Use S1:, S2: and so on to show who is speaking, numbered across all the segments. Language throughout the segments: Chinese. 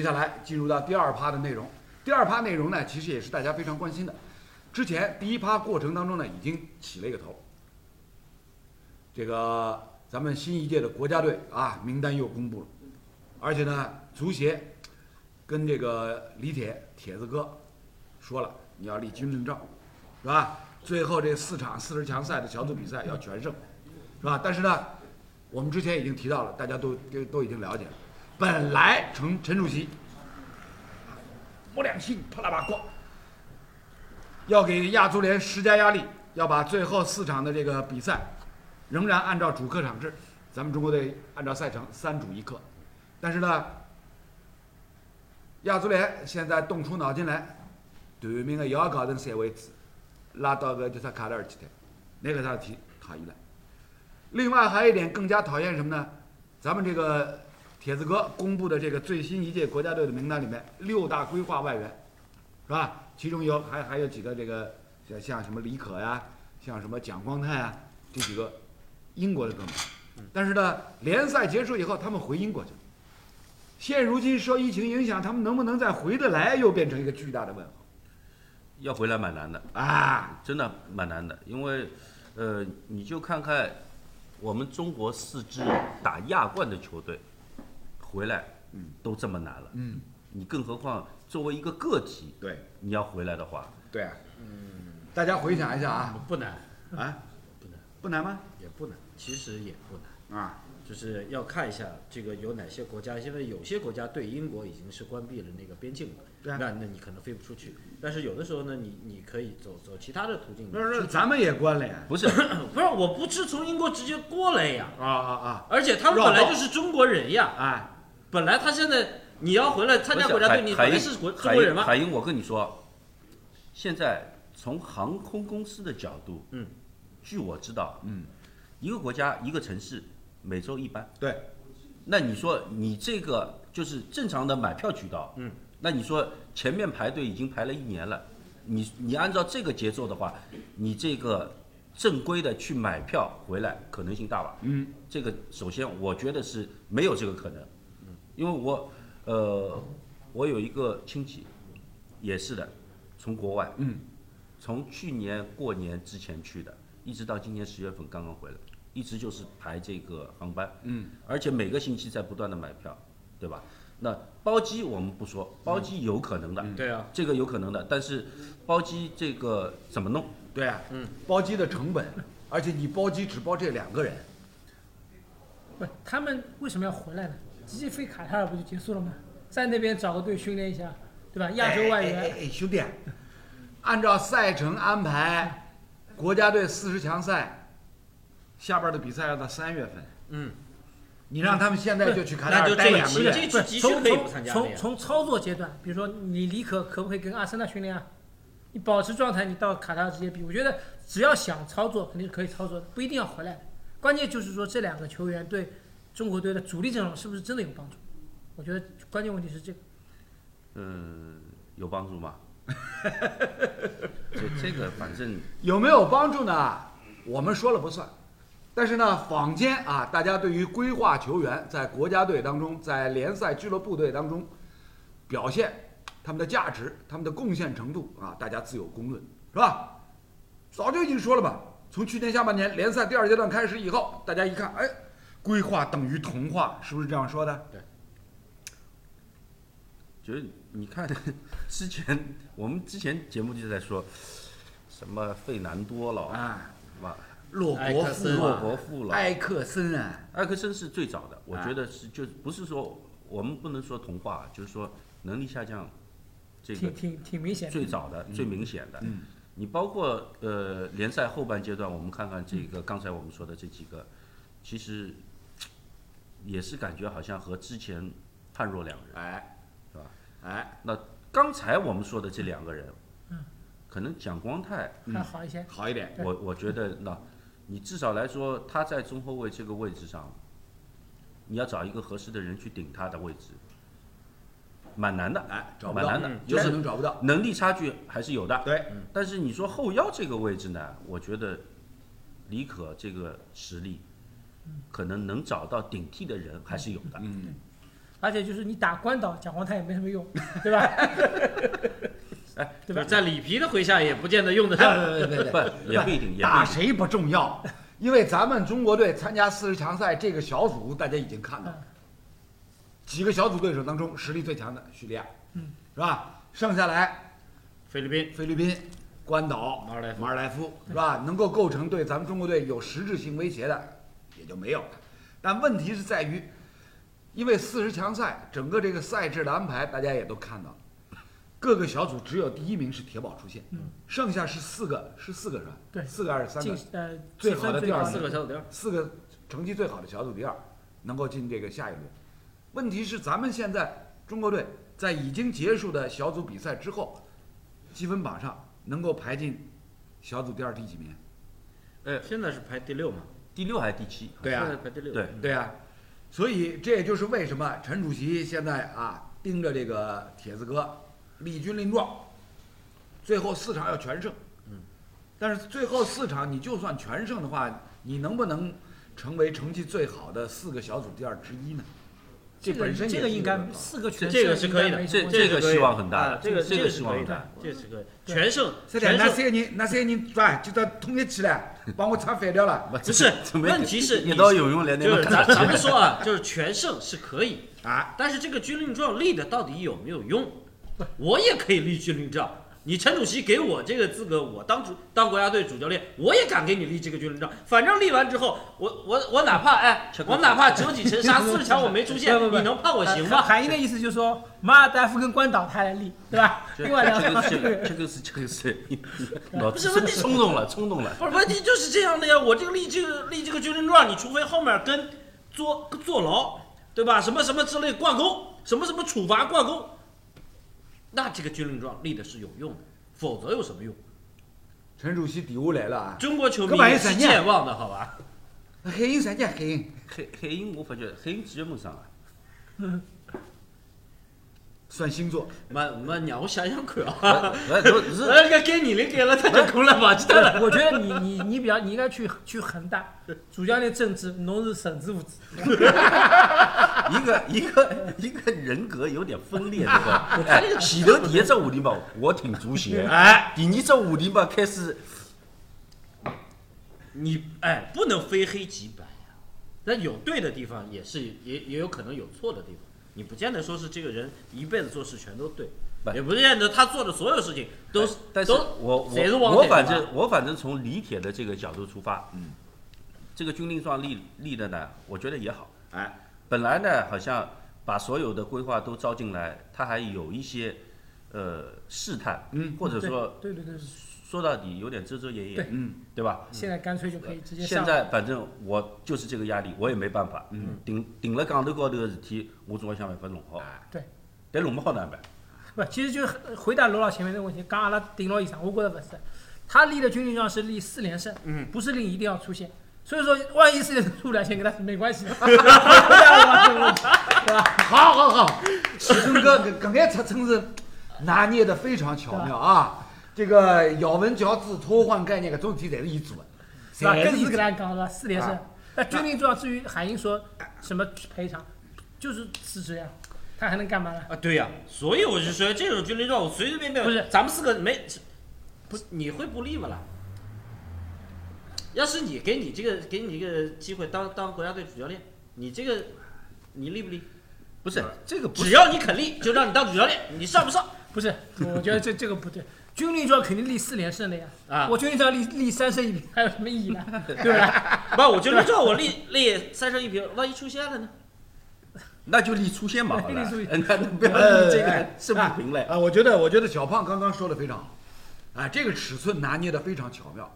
S1: 接下来进入到第二趴的内容。第二趴内容呢，其实也是大家非常关心的。之前第一趴过程当中呢，已经起了一个头。这个咱们新一届的国家队啊，名单又公布了，而且呢，足协跟这个李铁铁子哥说了，你要立军令状，是吧？最后这四场四十强赛的小组比赛要全胜，是吧？但是呢，我们之前已经提到了，大家都都都已经了解了。本来陈陈主席摸两心啪啦吧咣，要给亚足联施加压力，要把最后四场的这个比赛仍然按照主客场制，咱们中国队按照赛程三主一客。但是呢，亚足联现在动出脑筋来，短命的也要搞成三位制，拉到个叫啥卡塔尔去踢，那个他提讨厌了。另外还有一点更加讨厌什么呢？咱们这个铁子哥公布的这个最新一届国家队的名单里面，六大规划外援，是吧？其中有还还有几个这个像像什么李可呀，像什么蒋光太啊，这几个英国的哥们儿。但是呢，联赛结束以后，他们回英国去了。现如今受疫情影响，他们能不能再回得来，又变成一个巨大的问号
S2: 要回来蛮难的，
S1: 啊！
S2: 真的蛮难的，因为，呃，你就看看我们中国四支打亚冠的球队回来，都这么难了，
S1: 嗯，
S2: 你更何况作为一个个体，
S1: 对
S2: 你要回来的话，
S1: 对啊，大家回想一下啊，
S3: 不难，
S1: 啊，
S3: 不难，
S1: 不难吗？
S3: 也不难，其实也不难，
S1: 啊，
S3: 就是要看一下这个有哪些国家。现在有些国家对英国已经是关闭了那个边境了，
S1: 对啊
S3: 那那你可能飞不出去。但是有的时候呢，你你可以走走其他的途径。
S1: 那那咱们也关联
S2: 不是啊
S3: 不是，我不是从英国直接过来呀，
S1: 啊啊啊！
S3: 而且他们本来就是中国人呀，
S1: 哎，
S3: 本来他现在你要回来参加
S2: 不是啊
S3: 国家队，
S2: 海
S3: 你
S2: 海
S3: 本来
S2: 英
S3: 是国中
S2: 海
S3: 国人
S2: 英
S3: 嘛。
S2: 海英，我跟你说，现在从航空公司的角度，
S3: 嗯，
S2: 据我知道，
S1: 嗯，
S2: 一个国家一个城市每周一班，
S1: 对，
S2: 那你说你这个就是正常的买票渠道，
S3: 嗯，
S2: 那你说前面排队已经排了一年了，你你按照这个节奏的话，你这个正规的去买票回来可能性大吧？
S1: 嗯，
S2: 这个首先我觉得是没有这个可能，因为我呃我有一个亲戚也是的，从国外，
S1: 嗯，
S2: 从去年过年之前去的，一直到今年十月份刚刚回来。一直就是排这个航班，
S1: 嗯，
S2: 而且每个星期在不断的买票，对吧？那包机我们不说，包机有可能的，
S1: 嗯
S3: 对啊，
S2: 这个有可能的，但是包机这个怎么弄？
S1: 对啊，嗯，包机的成本，而且你包机只包这两个人，
S4: 不，他们为什么要回来呢？直接飞卡塔尔不就结束了吗？在那边找个队训练一下，对吧？亚洲外
S1: 哎哎
S4: 援，
S1: 哎兄弟，按照赛程安排，国家队四十强赛下边的比赛要到三月份，
S3: 嗯，
S1: 你让他们现在就去卡塔
S3: 那
S1: 尔
S3: 就
S1: 待
S3: 这
S1: 两个
S3: 期
S1: 月，
S3: 这
S4: 不
S3: 期
S4: 是
S3: 急需
S4: 从
S3: 可以不参
S4: 从
S3: 哎加的
S4: 从
S3: 呀。
S4: 从操作阶段，比如说你李可可不可以跟阿森纳训练啊？你保持状态，你到卡塔尔直接比，我觉得只要想操作，肯定是可以操作的，不一定要回来的。关键就是说这两个球员对中国队的主力阵容是不是真的有帮助？我觉得关键问题是这个。
S2: 嗯，有帮助 吗？这这个反正
S1: 有没有帮助呢？我们说了不算，但是呢，坊间啊，大家对于规划球员在国家队当中，在联赛俱乐部队当中表现，他们的价值、他们的贡献程度啊，大家自有公论，是吧？早就已经说了嘛，从去年下半年联赛第二阶段开始以后，大家一看，哎，规划等于同化，是不是这样说的？
S2: 就是你看之前我们之前节目就在说什么费南多了，
S1: 啊，
S2: 是吧？
S1: 洛
S2: 哎
S3: 埃
S1: 国
S3: 克森
S1: 富、
S3: 啊
S2: 洛国富了，
S1: 埃哎克森啊，
S2: 艾克森是最早的，我
S1: 啊
S2: 觉得是就不是说我们不能说童话，就是说能力下降，这个
S4: 挺挺挺明显的。
S2: 最早的、最明显的。
S1: 嗯
S2: 你包括呃联赛后半阶段，我们看看这个刚才我们说的这几个，其实也是感觉好像和之前判若两人。
S1: 哎，
S2: 是吧？
S1: 哎，
S2: 那刚才我们说的这两个人，可能蒋光太，
S3: 嗯
S4: 还好一些，
S1: 好一点，
S4: 对
S2: 我我觉得那，你至少来说他在中后卫这个位置上，你要找一个合适的人去顶他的位置，蛮难的，
S1: 哎，找不
S2: 蛮
S1: 到
S2: 难，的，
S1: 有
S2: 就
S1: 可
S2: 是
S1: 能找不到，
S2: 能力差距还是有的。
S1: 对。
S2: 但是你说后腰这个位置呢，我觉得李可
S3: 嗯
S2: 这个实力，可能能找到顶替的人还是有的。
S1: 嗯，
S4: 而且就是你打关岛，讲黄太也没什么用，对吧？对吧
S3: 就是在里皮的麾下也不见 得用得上。
S1: 哎对对对
S2: 不也不一定，也不
S1: 打
S2: 一定。
S1: 谁不重要，因为咱们中国队参加四十强赛这个小组，大家已经看到了，几个小组对手当中实力最强的叙利亚，
S4: 嗯，
S1: 是吧？剩下来
S3: 菲律宾
S1: 菲律宾、关岛、
S3: 马尔代夫
S1: 马尔代夫是吧？能够构成对咱们中国队有实质性威胁的，也就没有了。但问题是在于，因为四十强赛整个这个赛制的安排，大家也都看到了，各个小组只有第一名是铁宝出线，
S4: 嗯
S1: 剩下是四个，是四个是吧？
S4: 对
S1: 四个还是三
S4: 进
S1: 个？
S4: 呃
S1: 最好的
S4: 积分最高
S1: 第二
S3: 四个小组第二，
S1: 四个成绩最好的小组第二，能够进这个下一轮。问题是咱们现在中国队在已经结束的小组比赛之后，积分榜上能够排进小组第二第几名？
S2: 呃，
S3: 现在是排第六嘛？
S2: 第六还是第七？
S1: 对啊
S3: 现在排第六。
S2: 对
S1: 对啊，所以这也就是为什么陈主席现在啊盯着这个铁子哥立军令状，最后四场要全胜。但是最后四场你就算全胜的话，你能不能成为成绩最好的四个小组第二之一呢？
S4: 这
S1: 本身也
S4: 这个
S1: 是一
S4: 应该
S1: 问题
S4: 四个全
S3: 这个是
S4: 胜
S3: 可以
S4: 应该
S3: 的
S4: 没什
S2: 这
S4: 么问
S2: 这
S4: 题
S2: 个
S3: 可以
S2: 希望很大
S3: 啊这个
S2: 这
S3: 这
S2: 个
S3: 个
S2: 希
S3: 是
S2: 望
S3: 可以
S2: 很大
S3: 的，这是可以。
S4: 对
S3: 全胜，
S1: 这点
S3: 全
S1: 那
S3: 胜。
S1: 些人，那些人抓就到统一起来，把我铲反掉了
S3: 不是
S2: 啊怎么
S3: 问题是
S2: 你
S3: 你
S2: 到游泳连那
S3: 就是
S2: 个
S3: 咱咱们说啊，就是全胜是可以，
S1: 啊！
S3: 但是这个军令状立的到底有没有用？我也可以立军令状。你陈主席给我这个资格，我当主当国家队主教练，我也敢给你立这个军令状。反正立完之后，我我我哪怕哎，我哪怕折戟沉 沙，四十强我没出现，
S4: 不不不
S3: 你能判我行
S4: 呃
S3: 吗？
S4: 韩英的意思就是说，马尔代夫跟关岛他来立，对吧？另外两个
S2: 这个 这个是这个是， 脑子
S3: 不是问题是
S2: 冲动了，冲动了。
S3: 不是问题就是这样的呀，我这个立这个立这个军令状，你除非后面跟坐坐牢，对吧？什么什么之类挂钩，什么什么处罚挂钩，那这个军令状立的是有用的，否则有什么用？
S1: 陈主席底乌来了啊！
S3: 中国球迷
S1: 根本
S3: 也
S1: 是
S3: 是
S1: 念
S3: 健忘的，好吧？
S1: 黑鹰闪电，黑鹰，
S2: 海海英，我发觉海英几月份上啊？
S1: 算星座，
S3: 妈妈娘，我想想看啊，哎
S2: 不是不是，
S3: 那个该年龄改了，他就哭了吧？真的。
S4: 对，我觉得你你你比较，你应该去去恒大，主教练政治，侬是省支部长。
S2: 一个一个一个人格有点分裂，对 吧？哎，前头第一只话题嘛，我挺足协；
S3: 哎，
S2: 第二只话题嘛，开始
S3: 你哎，不能非黑即白呀、那有对的地方，也是也也有可能有错的地方。你不见得说是这个人一辈子做事全都对
S2: 不，哎
S3: 也不见得他做的所有事情都是
S2: 但是
S3: 都
S2: 我
S3: 谁是
S2: 我
S3: 王
S2: 我
S3: 磊
S2: 反
S3: 吧
S2: 正我反正从李铁的这个角度出发，嗯，这个军令状立立的呢，我觉得也好。
S1: 哎，
S2: 本来呢，好像把所有的规划都招进来，他还有一些呃试探，
S1: 嗯
S2: 或者说
S4: 对对对对，
S2: 说到底有点遮遮掩掩，
S4: 对
S1: 嗯，
S2: 对吧？
S4: 现在干脆就可以直接
S2: 现
S4: 上。
S2: 在反正我就是这个压力，我也没办法，嗯，顶顶了杠头高头的事体，我总要想办法弄好。
S4: 对，
S2: 但弄不好哪办？
S4: 不，其实就是回答罗老前面的问题，刚阿拉顶牢以上，我觉得不是，他立的军令状是立四连胜，嗯，不是令一定要出线。所以说，万一四连胜出不了线，跟他没关系的，回答罗老这个问题对吧？
S1: 好好好，许春哥搿搿眼尺寸是拿捏得非常巧妙啊！这个咬文嚼字、偷换概念搿种事体，侪是伊做的，
S4: 是吧？
S1: 侪
S4: 跟
S1: 是
S4: 你
S1: 伊
S4: 跟
S1: 做的。
S4: 他讲了四连胜
S1: 啊，
S4: 那军令状至于海英说什么赔偿，就是辞职呀，他还能干嘛呢？
S3: 啊，对呀、所以我就说这种军令状，我随随便便
S4: 不是
S3: 咱们四个没，不是你会不立吗啦？要是你给你这个给你这个机会当当国家队主教练，你这个你立不立？
S2: 不是这个不
S3: 只
S2: 是
S3: 要你肯立，就让你当主教练，你上不上？
S4: 不是，我觉得这这个不对。军令状肯定立四连胜的呀，
S3: 啊
S4: 我军令状立立三胜一平，还有什么意义呢？对吧？
S3: 不，我军令状我立立三胜一平，万一出现了呢？
S2: 那就立出线嘛，好了，
S4: 立出线
S2: 哎 那那不要立这
S1: 哎
S2: 个胜不平嘞。
S1: 啊，我觉得，我觉得小胖刚刚说的非常好，哎，这个尺寸拿捏得非常巧妙。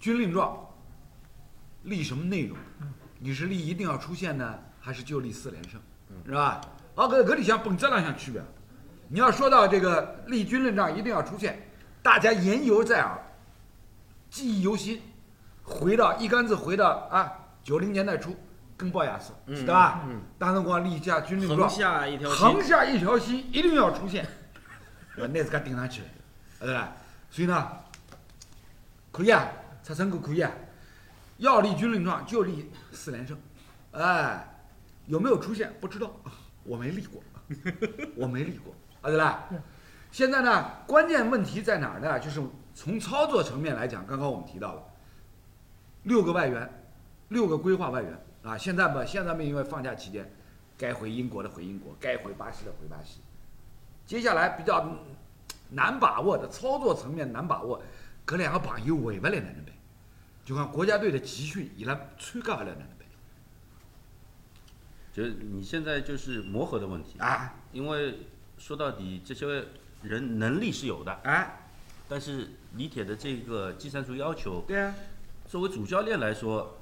S1: 军令状立什么内容？你是立一定要出现呢，还是就立四连胜，是吧？啊，搿搿里向本质浪向区别。你要说到这个立军令状一定要出现，大家言犹在耳，记忆犹新，回到一竿子回到啊九零年代初跟鲍亚斯，对吧？当辰光立下军令
S3: 嗯横
S1: 状，
S3: 下一条心
S1: 横，下一条心一定要出现，呃， 那自家顶上去了，对吧？所以呢，可以啊，擦成个可以啊，要立军令状就立四连胜，哎，有没有出现不知道，我没立 过，我没立过，啊对吧
S4: 对？
S1: 现在呢，关键问题在哪儿呢？就是从操作层面来讲，刚刚我们提到了六个外援，六个规划外援啊。现在吧，现在嘛，因为放假期间，该回英国的回英国，该回巴西的回巴西。接下来比较难把握的操作层面难把握，搿两个朋友会勿来哪能办？就讲国家队的集训，伊拉参加勿了哪能办
S2: 就是你现在就是磨合的问题，
S1: 啊？
S2: 因为说到底这些人能力是有的，
S1: 哎，
S2: 但是李铁的这个技战术要求，
S1: 对啊，
S2: 作为主教练来说，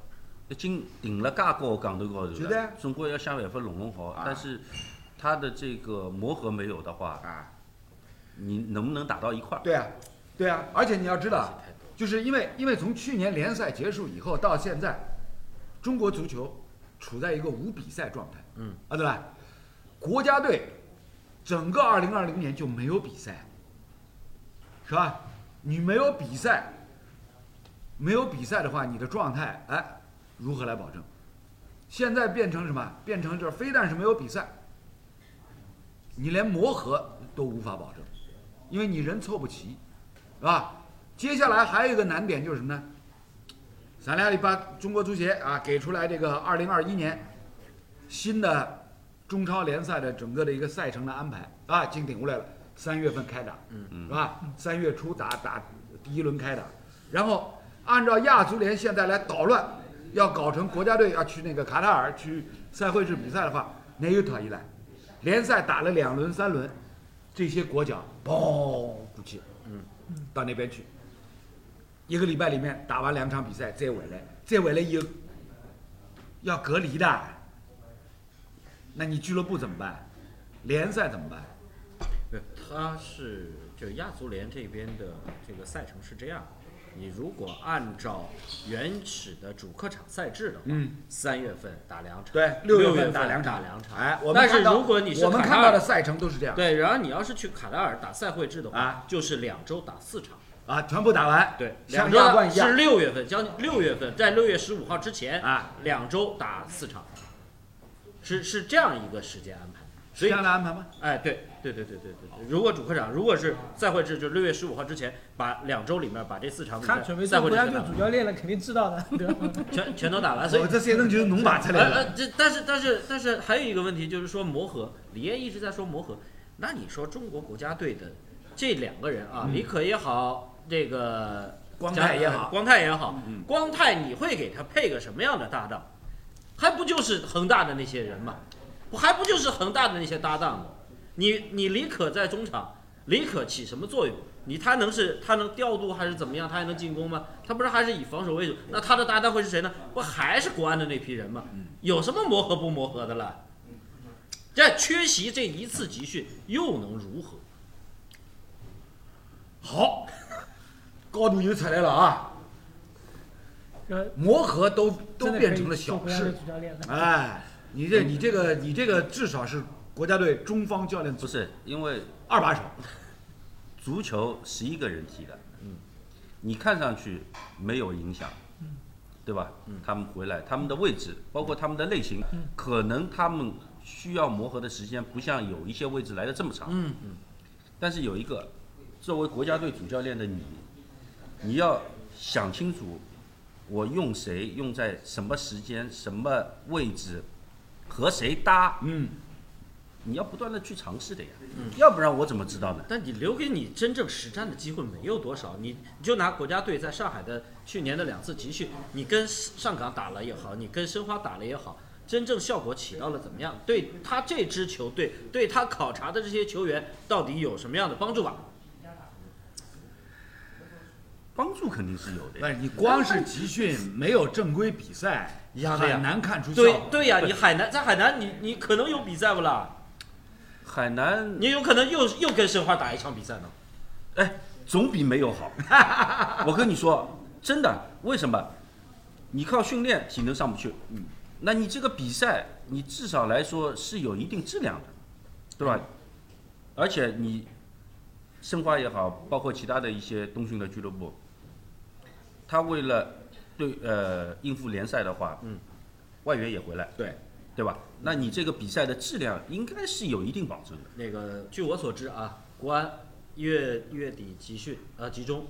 S2: 已经顶了介高的杠头高头
S1: 绝对啊
S2: 了，总归要想办法弄弄好
S1: 啊。
S2: 但是他的这个磨合没有的话，
S1: 啊，
S2: 你能不能打到一块儿？
S1: 对啊，对啊，而且你要知道，就是因为因为从去年联赛结束以后到现在，中国足球处在一个无比赛状态，
S2: 嗯，
S1: 啊对吧？国家队整个二零二零年就没有比赛，是吧？你没有比赛，没有比赛的话，你的状态哎如何来保证？现在变成什么？变成就是非但是没有比赛，你连磨合都无法保证，因为你人凑不齐，是吧？接下来还有一个难点就是什么呢？咱俩礼拜中国足协啊给出来这个二零二一年新的中超联赛的整个的一个赛程的安排啊，已经顶过来了。三月份开打，嗯嗯，是吧？三月初打打第一轮开打，然后按照亚足联现在来捣乱，要搞成国家队要去那个卡塔尔去赛会制比赛的话，那又讨厌了。联赛打了两轮三轮，这些国脚嘣出去，嗯，到那边去，一个礼拜里面打完两场比赛再回来，再回来以后要隔离的，那你俱乐部怎么办？联赛怎么办？
S3: 对，他是就亚足联这边的这个赛程是这样，你如果按照原始的主客场赛制的话，
S1: 嗯，
S3: 三月份打两场，
S1: 对，
S3: 六
S1: 月
S3: 份
S1: 打
S3: 两
S1: 场，
S3: 两场，
S1: 哎，我们
S3: 但是
S1: 看到
S3: 如果你是
S1: 我们
S3: 卡
S1: 看
S3: 塔
S1: 到
S3: 尔
S1: 的赛程都是这样，
S3: 对，然后你要是去卡塔尔打赛会制的话，
S1: 啊
S3: 就是两周打四场，
S1: 啊，全部打完，
S3: 对，
S1: 像
S3: 两
S1: 亚冠啊
S3: 周
S1: 一样
S3: 是六月份，将近六月份，在六月十五号之前
S1: 啊，
S3: 两周打四场，是是这样一个时间安排，
S1: 是这
S3: 所以
S4: 啊
S1: 样的安排吗？
S3: 哎，对对对对对对对，如果主客场如果是赛会制，就是六月十五号之前，把两周里面把这四场比
S4: 他
S3: 赛
S4: 准备
S3: 赛
S4: 做
S3: 会
S4: 国
S3: 制
S4: 家
S3: 全
S4: 队
S3: 打
S4: 主教练了，肯定知道的，对吧？
S3: 全全都打 完，所以
S1: 我。这赛程就是侬摆出来
S3: 呃
S1: 的，
S3: 呃，这但是但是但是还有一个问题就是说磨合，李烨一直在说磨合，那你说中国国家队的这两个人啊，李可也好，这个
S1: 嗯
S3: 呃
S1: 光太也好嗯
S3: 光太也好，光太你会给他配个什么样的搭档？还不就是恒大的那些人嘛，不还不就是恒大的那些搭档吗？你你李可在中场，李可起什么作用？你他能是他能调度还是怎么样？他还能进攻吗？他不是还是以防守为主？那他的搭档会是谁呢？不还是国安的那批人吗？
S1: 嗯
S3: 有什么磨合不磨合的了？这缺席这一次集训又能如何？
S1: 好，高度又出来了啊，
S4: 呃
S1: 磨合都都
S4: 真的
S1: 变
S4: 可以
S1: 成了
S4: 做
S1: 小
S4: 国家队
S1: 事，
S4: 主教练了。
S1: 哎，你这你这个你这个至少是国家队中方教练组
S2: 不是，因为
S1: 二把手，
S2: 足球十一个人踢的，嗯，嗯你看上去没有影响，对吧？他们回来，他们的位置，包括他们的类型，可能他们需要磨合的时间不像有一些位置来的这么长，嗯嗯。但是有一个，作为国家队主教练的你，你要想清楚，我用谁，用在什么时间、什么位置，和谁搭，
S1: 嗯，
S2: 你要不断的去尝试的呀，要不然我怎么知道呢？
S3: 但你留给你真正实战的机会没有多少，你你就拿国家队在上海的去年的两次集训，你跟上港打了也好，你跟申花打了也好，真正效果起到了怎么样？对他这支球队，对他考察的这些球员到底有什么样的帮助吧？
S2: 帮助肯定是有的呀
S1: 不。是哎你光是集训没有正规比赛，
S3: 呀对呀
S1: 很难看出效
S3: 对
S1: 果。
S3: 对呀、你海南在海南你你可能有比赛不啦？
S2: 海南，
S3: 你有可能又又跟申花打一场比赛呢。
S2: 哎，总比没有 好。我跟你说，真的，为什么？你靠训练体能上不去，嗯，那你这个比赛，你至少来说是有一定质量的，对吧？而且你申花也好，包括其他的一些冬训的俱乐部，他为了对呃应付联赛的话，
S3: 嗯，
S2: 外援也回来，
S3: 对，
S2: 对吧？那你这个比赛的质量应该是有一定保证的。
S3: 那个，据我所知啊，国安一月一月底集训呃集中，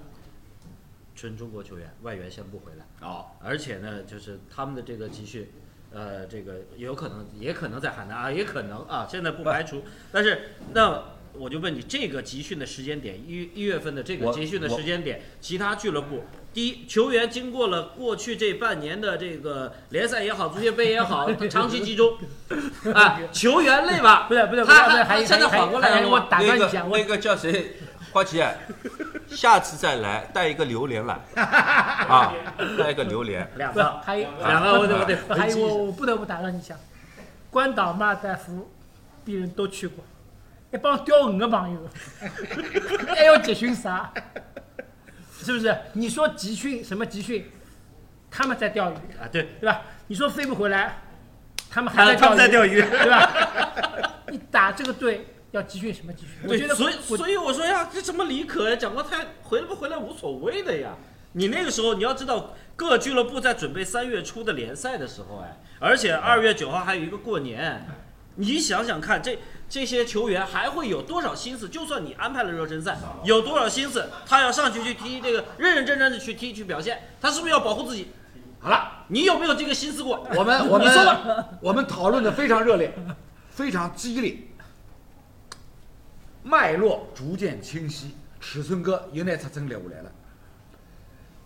S3: 纯中国球员，外援先不回来。
S1: 哦，
S3: 而且呢，就是他们的这个集训，呃，这个有可能，也可能在海南啊，也可能啊，现在不排除。但是那我就问你，这个集训的时间点，一一月份的这个
S2: 我
S3: 集训的时间点，其他俱乐部，第一，球员经过了过去这半年的这个联赛也好，足协杯也好，长期集中，啊，球员累吧？
S4: 不是不是，
S3: 他
S4: 不是
S3: 他
S4: 还
S3: 他现在
S4: 还
S3: 缓过来
S4: 还
S3: 了
S4: 我
S3: 吗？
S4: 打断
S2: 那
S4: 一
S2: 个
S4: 下，我
S2: 那个叫谁，花旗啊，下次再来带一个榴莲来，啊，带一个榴莲。
S3: 两
S4: 不是
S3: 个，
S4: 还
S3: 两个，我得我得
S4: 还
S3: 回
S4: 有
S3: 击一下
S4: 我我不得不打断你一下，关岛、马尔代夫、鄙人都去过，一帮钓鱼的朋友， 还要集训啥？是不是？你说集训什么集训？他们在钓鱼，
S3: 啊，对，
S4: 对吧？你说飞不回来，他们还
S3: 他
S4: 在
S3: 他们在
S4: 钓
S3: 钓
S4: 鱼，
S3: 鱼。
S4: 对吧？你打这个队要集训什么集训？我
S3: 对，
S4: 觉得
S3: 所以
S4: 我
S3: 所以我说呀，这什么啊李可呀，蒋国泰回来不回来无所谓的呀。你那个时候你要知道，各俱乐部在准备三月初的联赛的时候，哎，而且二月九号还有一个过年，你想想看，这这些球员还会有多少心思？就算你安排了热身赛，有多少心思？他要上去去踢这个，认认真真的去踢去表现，他是不是要保护自己？
S1: 好了，
S3: 你有没有这个心思过？
S1: 我们我
S3: 你说吧
S1: 们 我们讨论的非常热烈，非常激烈，脉络逐渐清晰，尺寸哥有点尺寸了下来了。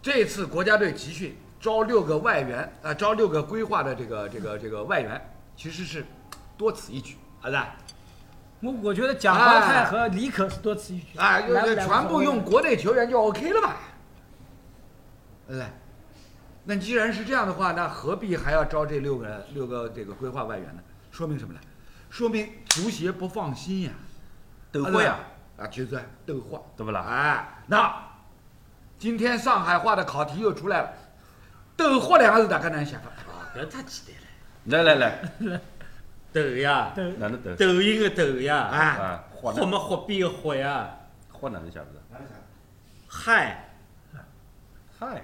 S1: 这次国家队集训招六个外援，啊、招六个规划的这个这个这个外援，其实是多此一举，好的。
S4: 我我觉得蒋光泰和李可是多此一举
S1: 啊，就
S4: 来
S1: 是
S4: 不来
S1: 全部用国内球员就 OK 了嘛，对不对？那既然是这样的话，那何必还要招这六个人六个这个规划外援呢？说明什么呢？说明足协不放心呀，
S2: 都会啊，
S1: 啊，就是斗化，
S2: 对不啦
S1: 哎，那今天上海话的考题又出来了，斗化两个字大家能想法？
S3: 不要太激烈了，
S2: 来来来，
S3: 抖呀，
S4: 对
S2: 哪能 得？
S3: 抖音的抖呀，
S1: 哎，
S2: 啊，花
S3: 火
S2: 哪
S3: 么火必火呀，
S2: 花哪能想不到？
S3: 嗨。
S2: 嗨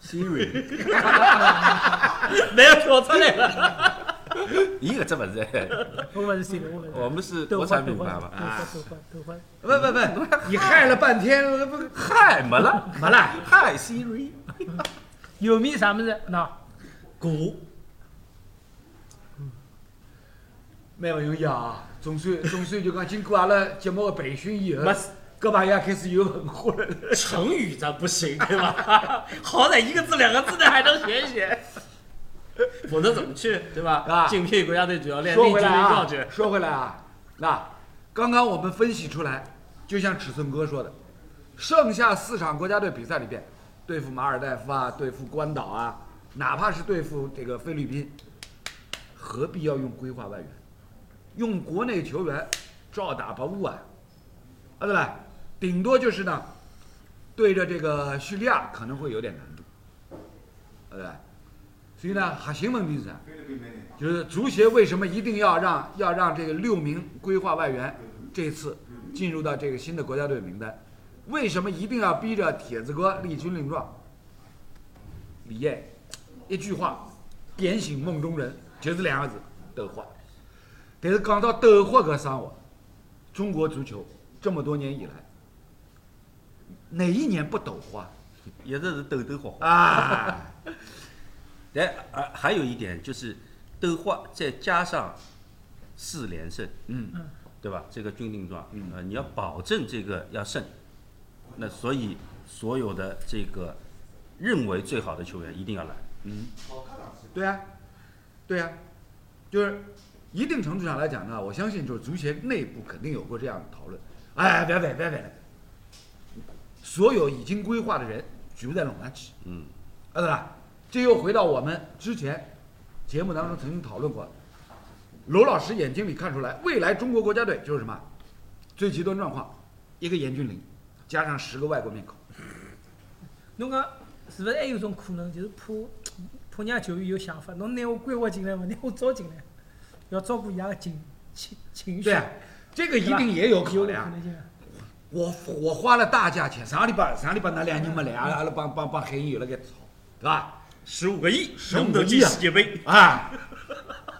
S2: ，Siri，
S3: 没有说出来了。
S2: 一个这么热，
S4: 我们是 C 罗，我们
S2: 我们是
S4: 都
S2: 国
S4: 换
S2: 产
S4: 都
S2: 品
S4: 换
S2: 牌
S4: 都
S2: 嘛？
S4: 换都换都换。
S1: 不不不，你害了半天，不
S2: 嗨，没了，
S1: 没了。
S2: 嗨，Siri，
S4: 有名啥么子？喏，
S3: 鼓
S1: 蛮勿容易啊！总算总算就讲经过阿拉节目的培训以后
S3: 没事，
S1: 搿朋友也开始有文化了。
S3: 成语咱不行，对吧？ 好歹一个字两个字的还能学一学，否则怎么去，对吧？
S1: 啊
S3: 竞聘国家队主教练，
S1: 说
S3: 立
S1: 回
S3: 军
S1: 来
S3: 令状
S1: 啊
S3: 去，。
S1: 说回来啊，那刚刚我们分析出来，就像尺寸哥说的，剩下四场国家队比赛里边，对付马尔代夫啊，对付关岛啊，哪怕是对付这个菲律宾，何必要用规划外援？用国内球员照打不误啊！啊对了，顶多就是呢，对着这个叙利亚可能会有点难度，对不对？所以呢，核心问题是啥？就是足协为什么一定要让要让这个六名规划外援这次进入到这个新的国家队名单？为什么一定要逼着铁子哥立军令状？李艳一句话点醒梦中人，就是两个字：斗化。但是讲到斗化搿生活，中国足球这么多年以来，哪一年不斗化
S2: 一直是抖抖火火。
S1: 啊？
S2: 但还还有一点就是，斗化再加上四连胜，
S1: 嗯，
S2: 对吧？这个军令状，
S1: 嗯
S2: 呃，你要保证这个要胜，那所以所有的这个认为最好的球员一定要来，
S1: 对呀、对呀、就是一定程度上来讲呢，我相信就是足协内部肯定有过这样的讨论。哎，别别别别别，所有已经规划的人全部在垄断起，
S2: 嗯，
S1: 啊对吧？这又回到我们之前节目当中曾经讨论过的，罗老师眼睛里看出来，未来中国国家队就是什么最极端状况，一个严俊凌加上十个外国面孔，
S4: 侬讲是勿是还有种可能，就是怕怕人家球员有想法，侬拿我规划进来嘛，拿我招进来，要照顾伊拉个情情情绪，
S1: 对啊，这个一定也有考
S4: 有
S1: 量
S4: 可。能性啊。
S1: 我我花了大价钱，上个礼拜上个礼拜那两个人没来，阿拉阿拉帮帮帮海英有了个吵，对吧？
S3: 十五个亿，
S1: 15
S3: 能不能进
S1: 个亿啊
S3: 世界杯？
S1: 啊，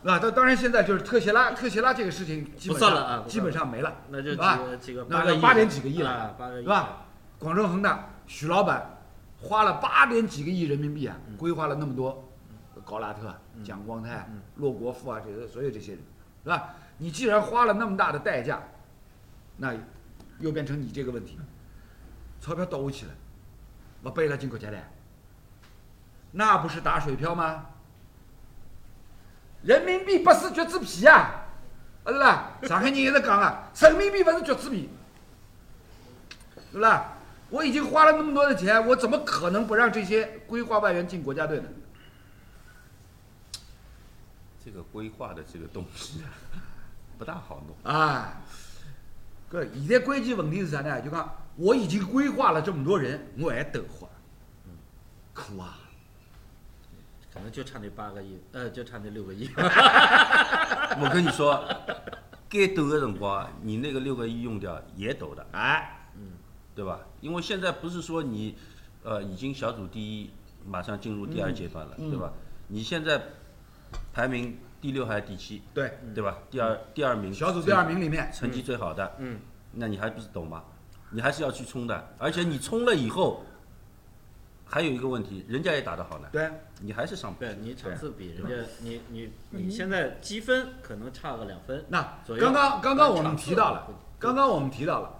S1: 啊，当当然现在就是特谢拉，特谢拉这个事情基本
S3: 不算了啊
S1: 上
S3: 不算了
S1: 基本上没了，
S3: 那就几
S1: 是吧？
S3: 个几个
S1: 那
S3: 八个亿，
S1: 八点几个亿了
S3: 啊，八个亿
S1: 是吧？广州恒大许老板花了八点几个亿人民币啊，
S3: 嗯
S1: 规划了那么多高拉特、啊蒋光太、
S3: 嗯
S1: 骆国富啊，这个所有这些人，是吧？你既然花了那么大的代价，那又变成你这个问题，钞票到位去了，不背了进口钱来，那不是打水漂吗？人民币不是橘子皮啊！是啦，上海人一直讲啊，人民币不是橘子皮，是不啦？我已经花了那么多的钱，我怎么可能不让这些规划外援进国家队呢？
S2: 这个规划的这个东西啊 不大好弄。
S1: 啊，搿现在关键问题是啥呢？就讲我已经规划了这么多人，我还斗花，嗯苦啊！
S3: 可能就差那八个亿，呃，就差那六个亿。
S2: 我跟你说， 该抖的辰光，你那个六个亿用掉也抖的，
S1: 哎，
S2: 对吧？因为现在不是说你，呃，已经小组第一，马上进入第二阶段了，
S1: 嗯
S2: 对吧？你现在排名第六还是第七，
S1: 对，
S2: 对吧？第二第二名，
S1: 嗯小组第二名里面，
S2: 成绩最好的，
S3: 嗯嗯，
S2: 那你还不是懂吗？你还是要去冲的，而且你冲了以后，还有一个问题，人家也打得好呢，
S1: 对，
S2: 你还是上不去
S3: 对你场次比人家，你你
S1: 嗯
S3: 你现在积分可能差个两分，
S1: 那
S3: 左右
S1: 刚刚刚刚我们提到了
S3: 场次，
S1: 刚刚我们提到了，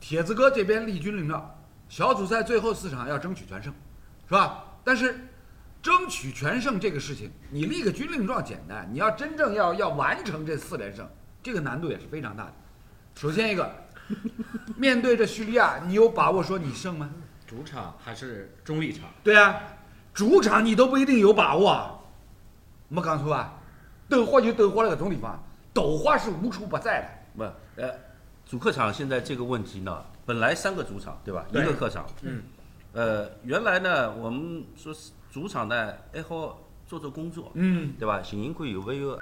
S1: 铁子哥这边力军领导，小组赛最后四场要争取全胜，是吧？但是争取全胜这个事情，你立个军令状简单，你要真正要要完成这四连胜，这个难度也是非常大的。首先一个， 面对着叙利亚，你有把握说你胜吗？
S3: 主场还是中立场，
S1: 对啊，主场你都不一定有把握，啊，没讲错吧？斗花就斗花了搿种地方，斗花是无处不在的。
S2: 不，呃，主客场现在这个问题呢，本来三个主场对吧？
S1: 对
S2: 一个客场。
S3: 嗯。
S2: 呃，原来呢，我们说是主场呢，还好做做工作，
S1: 嗯，
S2: 对吧？寻寻看有没有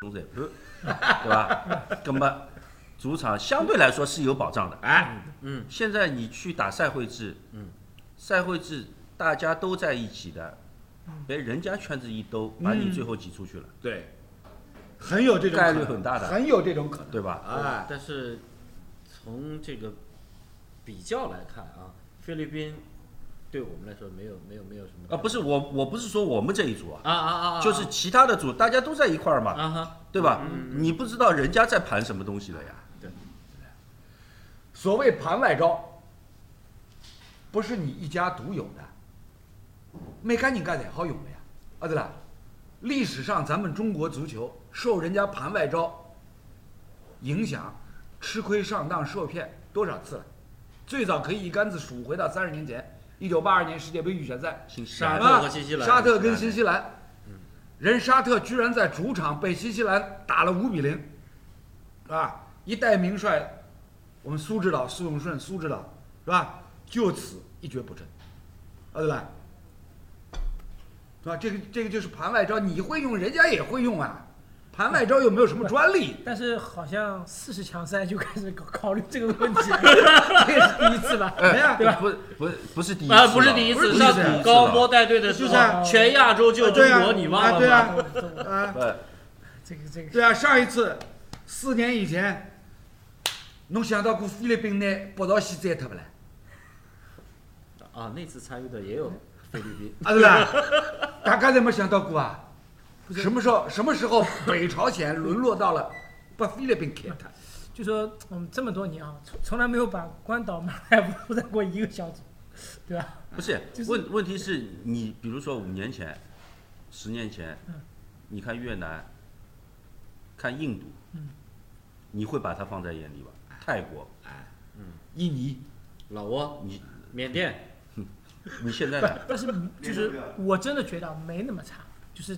S2: 总裁呃判，对吧？ 那么主场相对来说是有保障的。
S1: 哎，
S3: 嗯，
S2: 现在你去打赛会制，
S3: 嗯，
S2: 赛会制大家都在一起的，被人家圈子一兜，把你最后挤出去了，
S3: 嗯
S1: 对，很有这种可能
S2: 概率很大的
S1: 很有这种可能。
S2: 对吧？
S1: 哎，
S3: 但是从这个比较来看啊，菲律宾对我们来说没有没有没有什么
S2: 啊，不是我，我不是说我们这一组啊，
S3: 啊啊啊啊，
S2: 就是其他的组，大家都在一块儿嘛，
S3: 啊哈，
S2: 对吧？
S3: 嗯
S2: 你不知道人家在盘什么东西了呀？
S1: 所谓盘外招，不是你一家独有的，每家人家才好用的呀。啊对了，历史上咱们中国足球受人家盘外招影响，吃亏上当受骗多少次了？最早可以一竿子数回到三十年前，一九八二年世界杯预选赛，
S2: 新西
S3: 沙
S2: 兰
S3: 特和新西兰嗯
S1: 沙特跟新西兰，人沙特居然在主场被新西兰打了五比零，啊！一代名帅，我们苏指导苏永顺苏指导是吧？就此一蹶不振，啊对吧？是吧？这个这个就是盘外招，你会用，人家也会用啊。盘外招又没有什么专利，
S4: 但是好像四十强赛就开始考考虑这个问题了，这也是第一次
S3: 哎
S4: 吧？
S1: 对哎呀
S4: 对吧
S2: 哎不是不是不是第一次
S3: 啊
S2: 了，
S3: 不是第一
S1: 不是
S3: 次，
S1: 第一次
S2: 啊
S3: 上高波带队的时
S1: 就是啊
S3: 候，全亚洲就中
S1: 啊
S3: 国，你忘了吗？
S1: 对啊
S4: 这个
S1: 啊，
S2: 呃，
S4: 这个这个，
S1: 对啊，上一次四年以前，侬想到过菲律宾拿北朝鲜摘脱不啦？
S3: 啊，那次参与的也有菲律宾，
S1: 啊，对啦，大家侪没想到过啊，什么时候什么时候北朝鲜沦落到了把菲律宾开它？
S4: 就说我们这么多年啊，从从来没有把关岛、马 来放在过一个小组，对吧？
S2: 不是
S4: 就是
S2: 问问题是你比如说五年前、十年前
S4: 嗯，
S2: 你看越南，看印度
S4: 嗯，
S2: 你会把它放在眼里吧？泰国，
S1: 印尼
S3: 老挝、
S2: 你
S3: 缅甸，
S2: 你现在呢？
S4: 但是就是我真的觉得没那么差，就是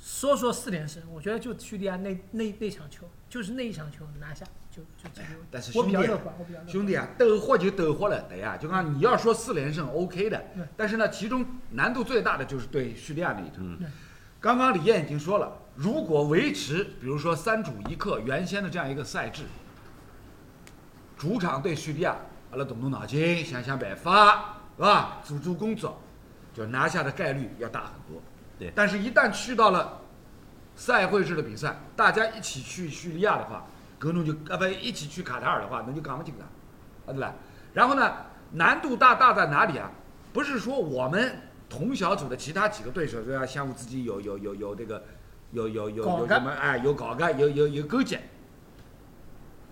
S4: 说说四连胜，我觉得就叙利亚那那那场球，就是那一场球拿下就就解决问题。
S1: 但是
S4: 我比较
S1: 兄弟
S4: 乐
S1: 啊
S4: 观，我比较乐观。
S1: 兄弟啊，斗货就斗货了，对呀、就讲你要说四连胜 OK 的
S4: 对，
S1: 但是呢，其中难度最大的就是对叙利亚那一场。
S2: 嗯
S4: 对
S1: 刚刚李艳已经说了，如果维持比如说三主一客原先的这样一个赛制，主场对叙利亚，阿拉动动脑筋想想办法，是吧？组织工作，就拿下的概率要大很多。
S2: 对
S1: 但是一旦去到了赛会式的比赛，大家一起去叙利亚的话，格弄就啊不一起去卡塔尔的话，那就赶不紧了，啊对吧？然后呢，难度大大在哪里啊？不是说我们同小组的其他几个对手要相互之间有有有有这个有有有
S4: 搞
S1: 有
S4: 的
S1: 什么哎有搞干有有有勾结，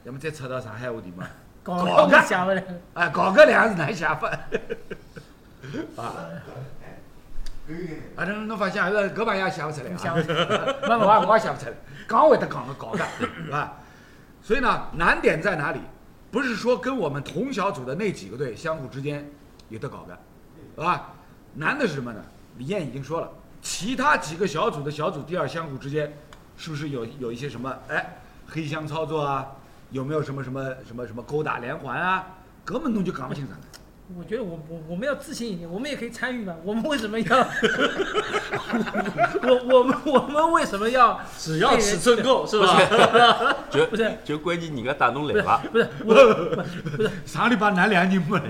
S1: 要么再扯到上海话里嘛，
S4: 搞
S1: 搞
S4: 个
S1: 个
S4: 下不来，
S1: 哎搞个两个字难写法。啊，侬侬放心，呃，搿朋友也写勿出来啊，
S4: 想不出来
S1: 那我也我也想不出来，刚会得讲个搞的，是吧？所以呢，难点在哪里？不是说跟我们同小组的那几个队相互之间有得搞的，是吧？难的是什么呢？李艳已经说了，其他几个小组的小组第二相互之间，是不是有有一些什么哎黑箱操作啊？有没有什么什么什么什么勾打连环啊？根本侬就讲不清楚了。
S4: 我觉得我我我们要自信一点，我们也可以参与吧。我们为什么要？ 我我们我们为什么要？
S3: 只要尺寸够，是吧？
S2: 就
S4: 不是
S2: 就关键人家打侬来伐？
S4: 不是我
S1: 上礼拜哪两人没来？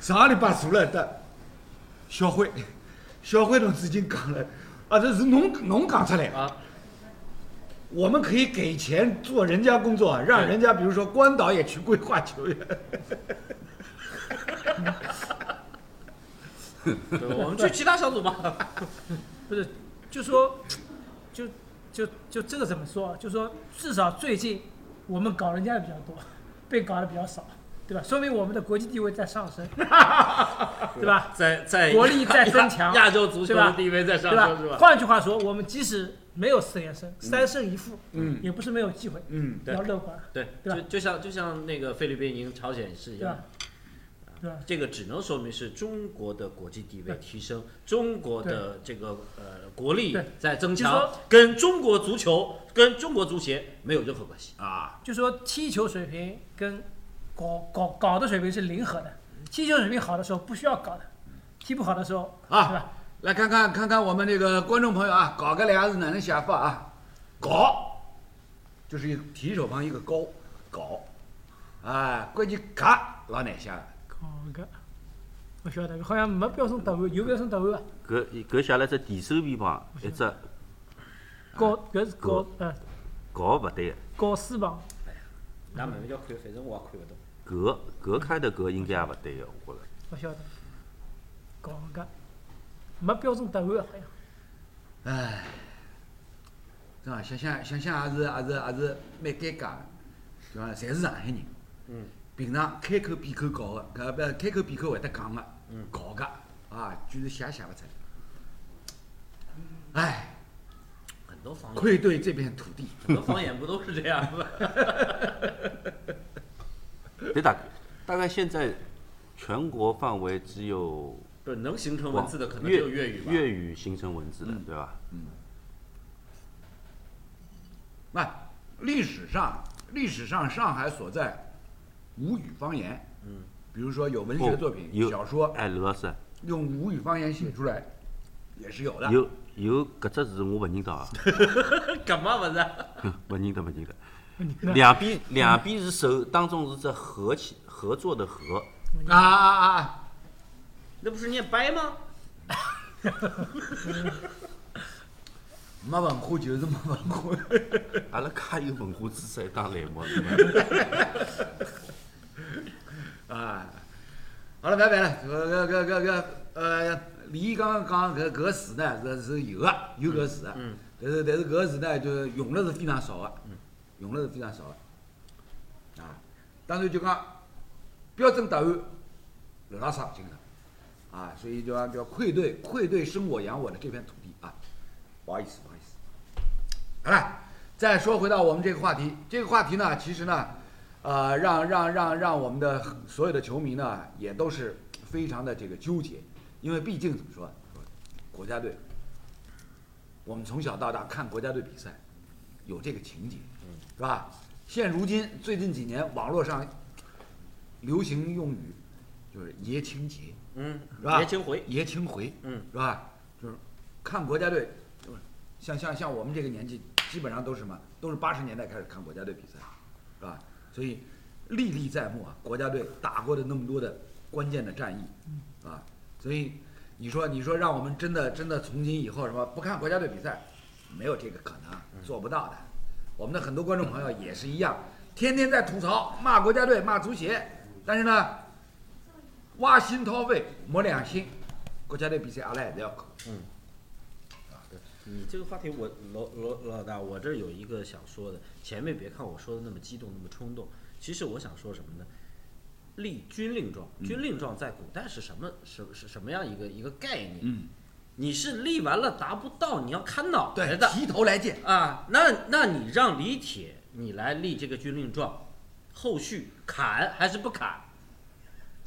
S1: 上礼拜坐了的小辉，小辉同志已经讲了，啊，这是侬侬讲出来的。
S3: 啊，
S1: 我们可以给钱做人家工作，让人家比如说关导也去规划球员。
S3: 对我们去其他小组吧。
S4: 不是，就说，就就就这个怎么说？啊就说至少最近我们搞人家的比较多，被搞的比较少，对吧？说明我们的国际地位在上 升，对吧？
S3: 在在
S4: 国力在增强
S3: 亚亚洲足球
S4: 是吧
S3: 的地位在上
S4: 对吧
S3: 升，是？吧？
S4: 换句话说，我们即使没有四连胜，三胜一负，
S1: 嗯
S4: 也不是没有机会，
S1: 嗯，
S3: 对
S4: 要乐观，
S3: 对，
S4: 对吧
S3: 就就像就像那个菲律宾赢朝鲜是一
S4: 对
S3: 样
S4: 吧
S3: 的。？
S4: 对吧？
S3: 这个只能说明是中国的国际地位提升，中国的这个呃国力
S4: 对
S3: 在增
S4: 就
S3: 强
S4: 说，
S3: 跟中国足球、跟中国足协没有任何关系。
S1: 啊，
S4: 就说踢球水平跟搞搞搞的水平是零和的，踢球水平好的时候不需要搞的，踢不好的时候，
S1: 啊
S4: 对吧？
S1: 来看看看看我们这个观众朋友啊，搞个俩字哪能写法啊？搞，就是一个提手旁一个高，搞，啊，关键嘎老难写了。
S4: 搞个，不晓得，好像没标准答案，有标准答案伐？
S2: 搿搿写了只提手边旁一只
S4: 搞搿是搞
S2: 搞
S4: 呃
S2: 搞勿对，
S4: 搞私房，
S3: 那慢慢要看，反正我也看不懂。
S2: 搿搿开头搿应该也勿对个，我觉着。
S4: 勿晓得，搞个，没标准答案好像。
S1: 唉，真啊，想想想想也是也是也是蛮尴尬的，对伐？侪是上海人，
S3: 嗯，
S1: 平常开口闭口搞的，搿不开口闭口会得讲的
S3: 嗯，
S1: 搞的啊，居然写也写勿出来。唉，
S3: 很多方言，
S1: 愧对这片土地。
S3: 很多方言不都是这样吗？
S2: 对大大概现在全国范围只有
S3: 不是能形成文字的，可能只
S2: 粤
S3: 有粤语吧。
S2: 粤语形成文字了，
S1: 嗯
S2: 对吧？
S1: 那历史上，历史上上海所在吴语方言，
S3: 嗯，
S1: 比如说有文
S2: 不
S1: 学作品、
S2: 哦有
S1: 小说
S2: 哎，刘老师，
S1: 用吴语方言写出来，也是有的。
S2: 有有搿只字我勿认得啊，
S3: 干嘛不是？
S2: 勿认得勿认得。两边两边是手，当中是只合起合作的合，
S1: 啊啊啊啊！
S3: 那不是念掰吗？
S1: 没文化就是没文化。
S2: 阿拉介有文化知识一档栏目，对伐
S1: 啊，好了，拜拜了。搿搿搿搿搿呃，李毅刚刚讲搿搿词呢是是有个有搿词的，
S3: 嗯
S1: 但是但是搿个词呢就是用了是非常少的，用了是非常少的。啊，当然就讲标准答案留到上进了，啊，所以就讲叫愧对愧对生我养我的这片土地啊，不好意思不好意思。好了，再说回到我们这个话题，这个话题呢，其实呢，呃，让让让让我们的所有的球迷呢，也都是非常的这个纠结，因为毕竟怎么说，国家队，我们从小到大看国家队比赛，有这个情节，是吧？现如今最近几年网络上流行用语就是“爷青结”，
S3: 嗯
S1: 是吧？
S3: 别轻回。
S1: 爷青回，
S3: 嗯，
S1: 是吧？就是看国家队，就是像像像我们这个年纪，基本上都是什么，都是八十年代开始看国家队比赛，是吧？所以历历在目啊，国家队打过的那么多的关键的战役，啊，所以你说你说让我们真的真的从今以后什么不看国家队比赛，没有这个可能，做不到的。我们的很多观众朋友也是一样，天天在吐槽骂国家队、骂足协，但是呢，挖心掏肺磨两心，国家队比赛阿拉也要搞。
S3: 你这个话题我，老老老大，我这儿有一个想说的。前面别看我说的那么激动，那么冲动，其实我想说什么呢？立军令状，军令状在古代是什么什是什么样一个一个概念？
S1: 嗯，
S3: 你是立完了达不到，你要看脑袋
S1: 对，
S3: 的
S1: 提头来见。
S3: 啊。那那你让李铁你来立这个军令状，后续砍还是不砍？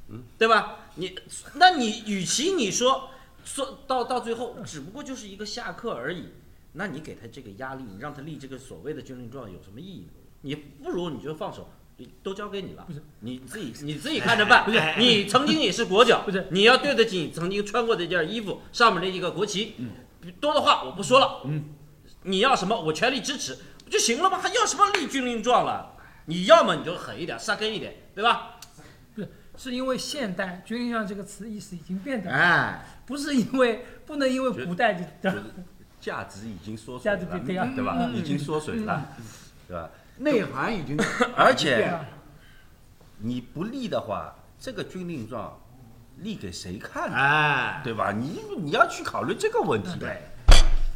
S3: 嗯，对吧？你那你与其你说说到到最后，只不过就是一个下课而已，那你给他这个压力，你让他立这个所谓的军令状有什么意义呢？你不如你就放手。你都交给你了，你自己你自己看着办。不是，你曾经也是国脚，
S4: 不是
S3: 你要对得起你曾经穿过的这件衣服上面的一个国旗。多的话我不说了。嗯，你要什么我全力支持不就行了吗？还要什么立军令状了？你要么你就狠一点，杀根一点，对吧？
S4: 不是，是因为现代“军令状”这个词意思已经变掉，
S1: 哎，
S4: 不是因为不能因为古代就
S2: 就是价值已经缩水
S4: 价值
S2: 了，嗯
S4: 比对啊
S2: 对
S3: 嗯
S2: 吧？已经缩水了，对吧？
S1: 内涵已经
S2: 而
S1: 已经
S2: 且
S1: 变了
S2: 你不立的话，这个军令状立给谁看呢？
S3: 哎，
S2: 对吧？你你要去考虑这个问题。对，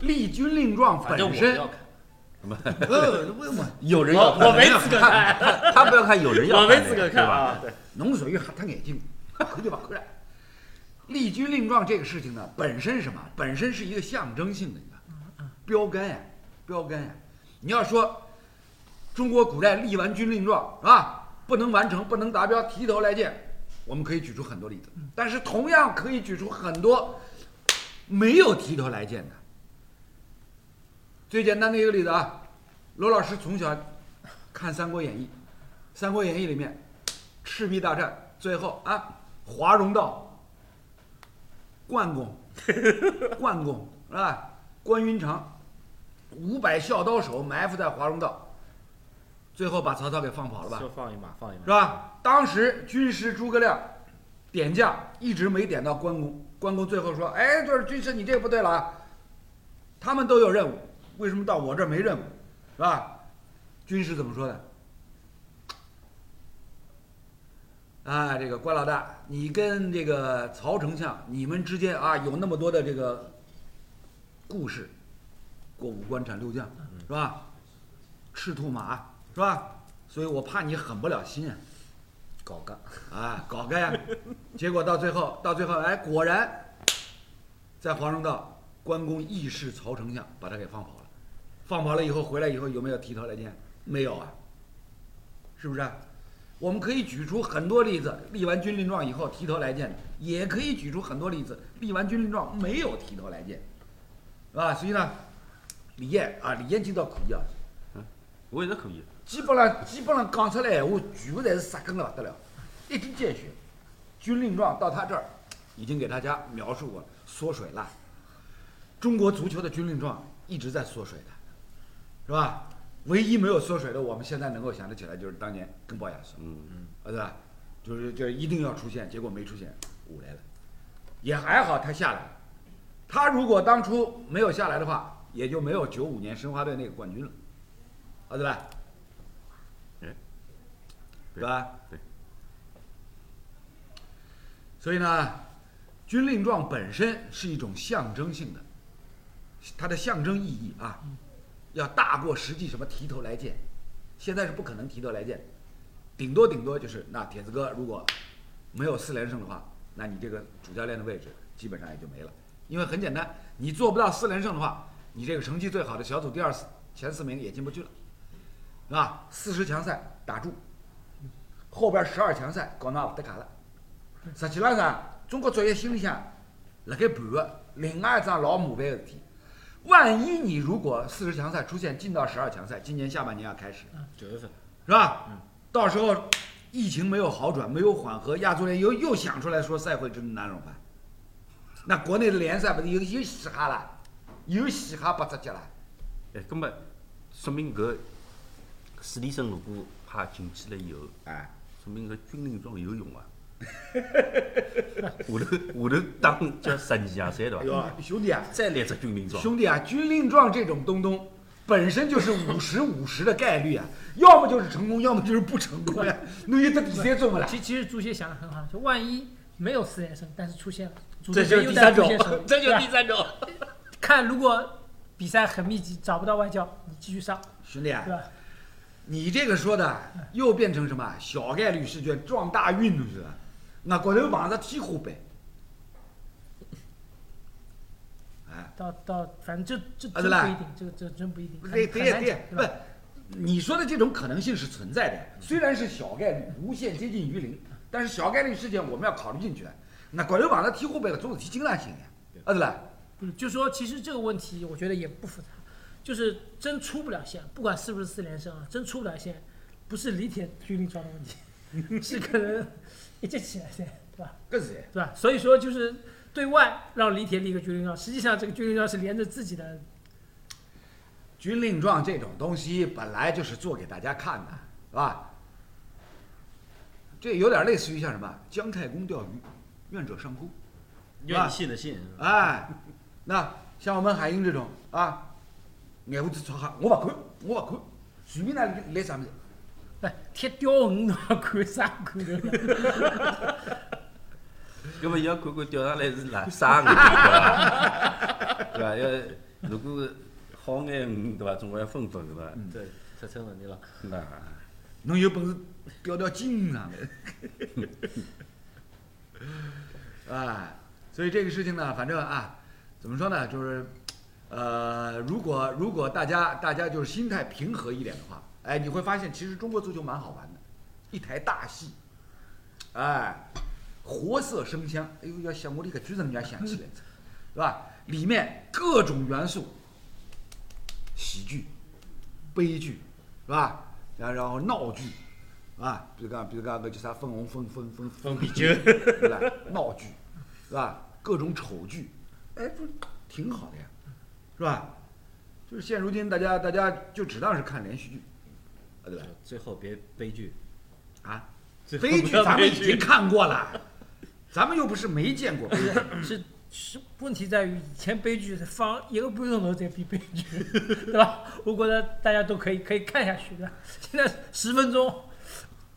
S1: 立军令状
S3: 反正
S1: 本
S3: 我
S1: 身
S3: 要，看，
S1: 呃，为什么
S2: 有人要
S3: 我
S2: 看
S3: 我没资格看，
S2: 他他不要看，有人要
S3: 我
S2: 的
S3: 没
S2: 呀
S3: 资格
S2: 对
S3: 看
S2: 吧？
S3: 啊。对
S1: 侬属于瞎他眼睛，快点吧，快点！立军令状这个事情呢，本身是什么？本身是一个象征性的，你看，标杆呀、标杆呀、你要说中国古代立完军令状是吧？不能完成，不能达标，提头来见，我们可以举出很多例子，但是同样可以举出很多没有提头来见的。最简单的一个例子啊，罗老师从小看《三国演义》，《三国演义》里面赤壁大战最后啊，华容道、关公、关公是吧？啊关云长五百孝刀手埋伏在华容道，最后把曹操给放跑了吧？
S3: 就放一马，放一
S1: 是
S3: 马。
S1: 吧？当时军师诸葛亮点将一直没点到关公，关公最后说：“哎，就是军师，你这个不对了啊，他们都有任务，为什么到我这儿没任务？是吧？”军师怎么说的？啊，这个关老大，你跟这个曹丞相，你们之间啊有那么多的这个故事，过五关斩六将，是吧？赤兔马，是吧？所以我怕你狠不了心啊，
S3: 搞干，
S1: 啊，搞个呀！结果到最后，到最后，哎，果然在黄蓉道，关公义释曹丞相，把他给放跑了。放跑了以后，回来以后有没有提头来见？没有啊，是不是啊？我们可以举出很多例子，立完军令状以后提头来见的，也可以举出很多例子，立完军令状没有提头来见，啊，所以呢，李艳啊，李艳今朝可以啊，
S2: 我也是可以。
S1: 基本上基本上讲出来闲话，全部侪是杀根了不得了，一针见血。军令状到他这儿，已经给大家描述过了，缩水了。中国足球的军令状一直在缩水的，是吧？唯一没有缩水的，我们现在能够想得起来，就是当年跟鲍亚斯，嗯嗯，啊对吧？就是就是一定要出现，结果没出现，我来了，也还好他下来了。他如果当初没有下来的话，也就没有九五年申花队那个冠军了，啊对吧？对吧？
S2: 对。
S1: 所以呢，军令状本身是一种象征性的，它的象征意义啊，要大过实际什么提头来见，现在是不可能提头来见，顶多顶多就是那铁子哥如果没有四连胜的话，那你这个主教练的位置基本上也就没了，因为很简单，你做不到四连胜的话，你这个成绩最好的小组第二前四名也进不去了，是吧？四十强赛打住，后边十二强赛搞那勿得卡了。实际浪上，中国足协心里向辣盖盘个另外一桩老麻烦个事体。万一你如果四十强赛出现进到十二强赛，今年下半年要开始，
S3: 九月份
S1: 是吧？到时候疫情没有好转，没有缓和，亚足联又又想出来说赛会制难怎么办？那国内的联赛不是又又嘻哈了，又嘻哈八只脚了？
S2: 哎，根本说明搿史蒂生如果派进去了以后，
S1: 哎，
S2: 说明搿军令状有用啊。下头下头当叫神仙啊，谁对
S1: 哎
S2: 伐？
S1: 呦，兄弟啊，
S2: 再来只军令状，
S1: 兄弟啊，军令状这种东东本身就是五十五十的概率啊，要么就是成功，要么就是不成功呀、侬有得第三种不啦？
S4: 其其实朱熹想的很好，就万一没有四连胜，但是出现了，主
S3: 这
S4: 队
S3: 就是
S4: 又
S3: 第
S4: 带
S3: 三
S4: 出
S3: 种啊
S4: 现手了，
S3: 这就
S4: 对
S3: 是
S4: 吧
S3: 第三种。
S4: 看如果比赛很密集，找不到外教，你继续上，
S1: 兄弟啊
S4: 对，吧？
S1: 你这个说的又变成什么小概率事件撞大运了是吧？我觉头碰着天花板。哎，
S4: 到到，反正这这
S1: 啊
S4: 真
S1: 对啦
S4: 不一定，这个这个真不一定，很
S1: 对对
S4: 很难
S1: 对
S4: 讲，，对
S1: 不
S4: 吧？，
S1: 你说的这种可能性是存在的，虽然是小概率，无限接近于零，但是小概率事件我们要考虑进去。那觉头碰着天花板了，总事体经常性的，啊对啦？
S4: 不是，就说其实这个问题，我觉得也不复杂，就是真出不了线，不管是不是四连胜啊，真出不了线，不是李铁军令状的问题， 是可能一接起来噻，对吧？
S1: 搿是的。
S4: 对吧？所以说就是对外让李铁立个军令状，实际上这个军令状是连着自己的，
S1: 军令状这种东西本来就是做给大家看的，是吧？这有点类似于像什么姜太公钓鱼，愿者上钩。
S3: 愿意信的信，
S2: 啊
S1: 哎，那像我们海英这种啊，眼胡子戳瞎，我不看，我不看，随便来来啥么子。
S4: 哎，贴雕 鱼侬要看啥看的？
S2: 要么也要看看钓上来是哪啥鱼，对伐？对伐？要如果是好眼鱼，对伐？总归要分分，对伐？
S3: 对，啊出成问题了。
S2: 那
S1: 侬有本事钓钓金鱼上 来。哎，所以这个事情呢，反正啊，怎么说呢，就是，呃，如果如果大家大家就是心态平和一点的话，哎，你会发现其实中国足球蛮好玩的，一台大戏，哎，活色生香，哎呦，要想我的个主人要想起来，是吧？里面各种元素，喜剧、悲剧，是吧？然然后闹剧，啊，比如讲，比如讲个叫啥分红分分分分啤酒，对吧？闹剧，是吧？各种丑剧，哎，不是挺好的呀，是吧？就是现如今大家大家就只当是看连续剧，啊，对吧？
S3: 最后别悲剧，
S1: 啊，
S3: 最后
S1: 悲
S3: 不
S1: 剧
S3: 要
S1: 咱们
S3: 悲
S1: 已
S3: 剧
S1: 经看过了，咱们又不是没见过悲剧。
S4: 是是，问题在于以前悲剧是放一个不钟头才比悲剧， 对吧？我觉得大家都可以可以看下去的。现在十分钟，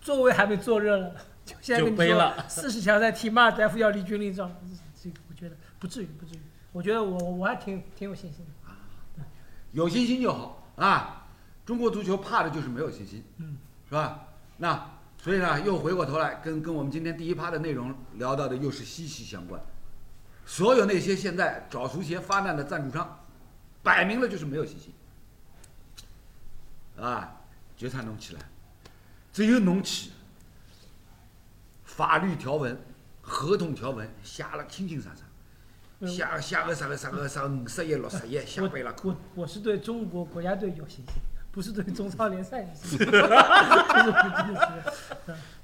S4: 座位还没坐热了，就现在
S3: 就
S4: 跟你
S3: 悲
S4: 说
S3: 了
S4: 四十强赛踢马尔代夫要立军令状，这个我觉得不至于不至于。我觉得我我还挺挺有信心的。
S1: 有信心就好啊！中国足球怕的就是没有信心，
S4: 嗯，
S1: 是吧？那所以呢，又回过头来跟跟我们今天第一趴的内容聊到的又是息息相关。所有那些现在找足协发难的赞助商，摆明了就是没有信心，啊！决赛弄起来，只有弄起，法律条文、合同条文写了清清爽爽，写写个啥个啥个啥个五十页、六十页，写
S4: 嗯我
S1: 背了
S4: 我我是对中国国家队有信心，不是对中超联赛有 信心。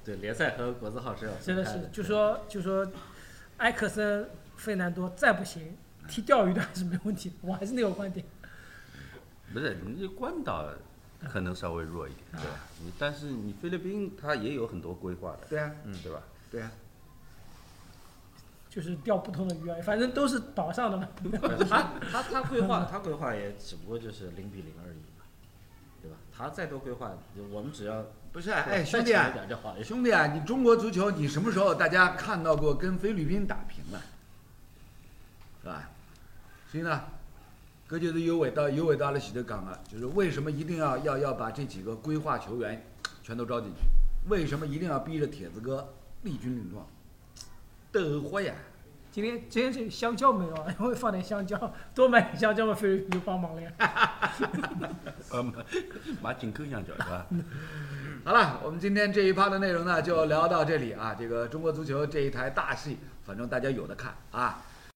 S3: 对联赛和国字号是要
S4: 真的
S3: 分开
S2: 呃
S4: 是，就说就说，埃克森、费南多再不行，踢钓鱼的还是没问题。我还是那个观点，
S2: 不是你关岛可能稍微弱一点，
S1: 啊
S2: 对吧？你但是你菲律宾它也有很多规划的，
S1: 对啊，
S2: 嗯，对吧？
S1: 对啊。
S4: 就是钓不同的鱼而已，反正都是岛上的嘛。
S3: 他他他规划他规划也只不过就是零比零而已嘛，对吧？他再多规划，我们只要
S1: 不是啊，哎，
S3: 再
S1: 兄弟啊
S3: 强一，点就好。
S1: 兄弟啊，你中国足球，你什么时候大家看到过跟菲律宾打平了，是吧？所以呢，搿就是有伟大有伟大的前头讲的，啊就是为什么一定要要要把这几个规划球员全都招进去？为什么一定要逼着铁子哥立军令状？斗火呀！
S4: 今天今天这个香蕉没有啊，会放点香蕉，多买点香蕉嘛，菲律宾就帮忙了呀。
S2: 呃， 买买进口香蕉，对吧？
S3: 嗯
S1: 好了，我们今天这一趴的内容呢，就聊到这里啊。这个中国足球这一台大戏，反正大家有的看啊。